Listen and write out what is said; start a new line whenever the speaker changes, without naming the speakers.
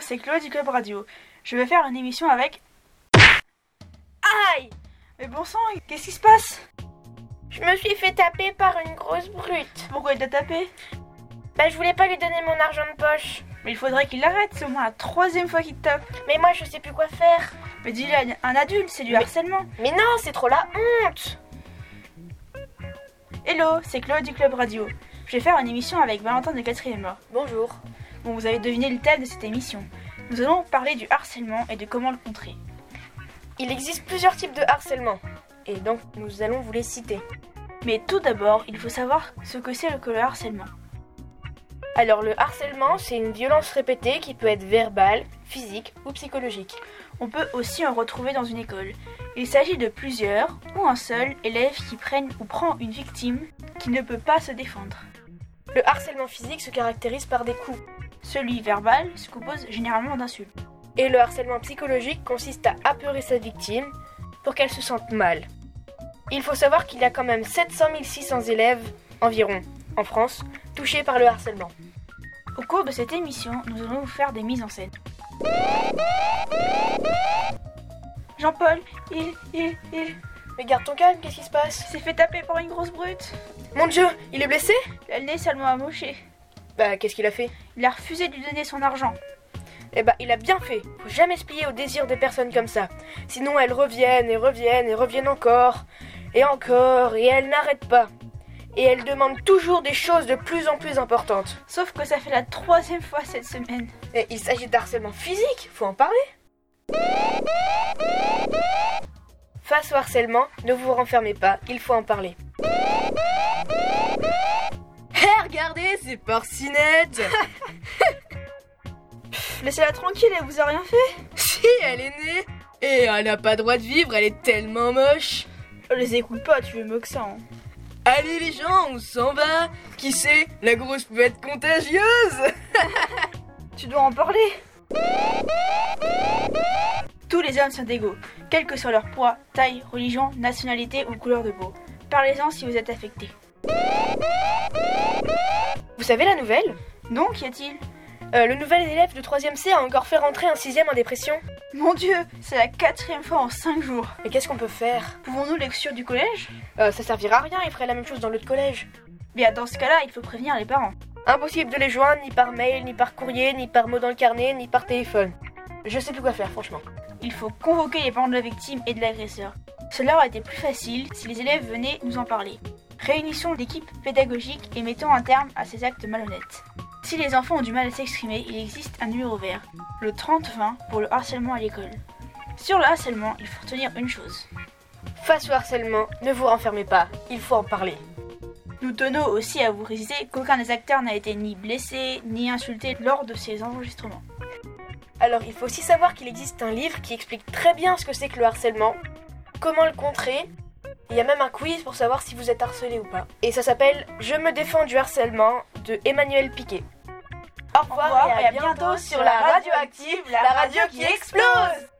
c'est Chloé du Club Radio. Je vais faire une émission avec.
Aïe
Mais bon sang, qu'est-ce qui se passe
Je me suis fait taper par une grosse brute.
Pourquoi il t'a tapé
Bah je voulais pas lui donner mon argent de poche.
Mais il faudrait qu'il l'arrête, c'est au moins la troisième fois qu'il te tape.
Mais moi je sais plus quoi faire.
Mais dis-lui à un adulte, c'est du
Mais-
harcèlement.
Mais non, c'est trop la honte.
Hello, c'est Chloé du Club Radio. Je vais faire une émission avec Valentin de 4ème A.
Bonjour.
Bon, vous avez deviné le thème de cette émission. Nous allons parler du harcèlement et de comment le contrer.
Il existe plusieurs types de harcèlement. Et donc nous allons vous les citer.
Mais tout d'abord, il faut savoir ce que c'est que le harcèlement.
Alors le harcèlement, c'est une violence répétée qui peut être verbale, physique ou psychologique.
On peut aussi en retrouver dans une école. Il s'agit de plusieurs ou un seul élève qui prennent ou prend une victime qui ne peut pas se défendre.
Le harcèlement physique se caractérise par des coups.
Celui verbal se compose généralement d'insultes.
Et le harcèlement psychologique consiste à apeurer sa victime pour qu'elle se sente mal. Il faut savoir qu'il y a quand même 700 600 élèves environ en France touchés par le harcèlement.
Au cours de cette émission, nous allons vous faire des mises en scène. Jean-Paul, il, il, il
Mais garde ton calme, qu'est-ce qui se passe
s'est fait taper par une grosse brute.
Mon Dieu, il est blessé
Elle n'est seulement amochée.
Bah qu'est-ce qu'il a fait
Il a refusé de lui donner son argent.
Eh bah il a bien fait. Faut jamais se plier au désir des personnes comme ça. Sinon elles reviennent et reviennent et reviennent encore et encore et elles n'arrêtent pas. Et elles demandent toujours des choses de plus en plus importantes.
Sauf que ça fait la troisième fois cette semaine.
Et il s'agit d'harcèlement physique, faut en parler. Face au harcèlement, ne vous renfermez pas, il faut en parler. Hé, Eh, regardez, c'est porcinette
Laissez-la tranquille, elle vous a rien fait.
Si, elle est née Et elle n'a pas droit de vivre, elle est tellement moche
Je les écoute pas, tu veux mieux que ça. hein.
Allez les gens, on s'en va Qui sait, la grosse peut être contagieuse
Tu dois en parler. Tous les hommes sont égaux, quel que soit leur poids, taille, religion, nationalité ou couleur de peau. Parlez-en si vous êtes affecté.
Vous savez la nouvelle
Non, qu'y a-t-il
Euh, Le nouvel élève de 3ème C a encore fait rentrer un 6ème en dépression.
Mon dieu, c'est la quatrième fois en cinq jours.
Mais qu'est-ce qu'on peut faire
Pouvons-nous l'exclure du collège
Euh, ça servira à rien, ils feraient la même chose dans l'autre collège.
Bien, dans ce cas-là, il faut prévenir les parents.
Impossible de les joindre ni par mail, ni par courrier, ni par mot dans le carnet, ni par téléphone. Je sais plus quoi faire, franchement.
Il faut convoquer les parents de la victime et de l'agresseur. Cela aurait été plus facile si les élèves venaient nous en parler. Réunissons l'équipe pédagogique et mettons un terme à ces actes malhonnêtes. Si les enfants ont du mal à s'exprimer, il existe un numéro vert, le 30-20 pour le harcèlement à l'école. Sur le harcèlement, il faut retenir une chose.
Face au harcèlement, ne vous renfermez pas, il faut en parler.
Nous tenons aussi à vous préciser qu'aucun des acteurs n'a été ni blessé ni insulté lors de ces enregistrements.
Alors il faut aussi savoir qu'il existe un livre qui explique très bien ce que c'est que le harcèlement, comment le contrer. Il y a même un quiz pour savoir si vous êtes harcelé ou pas. Et ça s'appelle Je me défends du harcèlement de Emmanuel Piquet. Au revoir, et à bientôt sur la radio active, la radio qui explose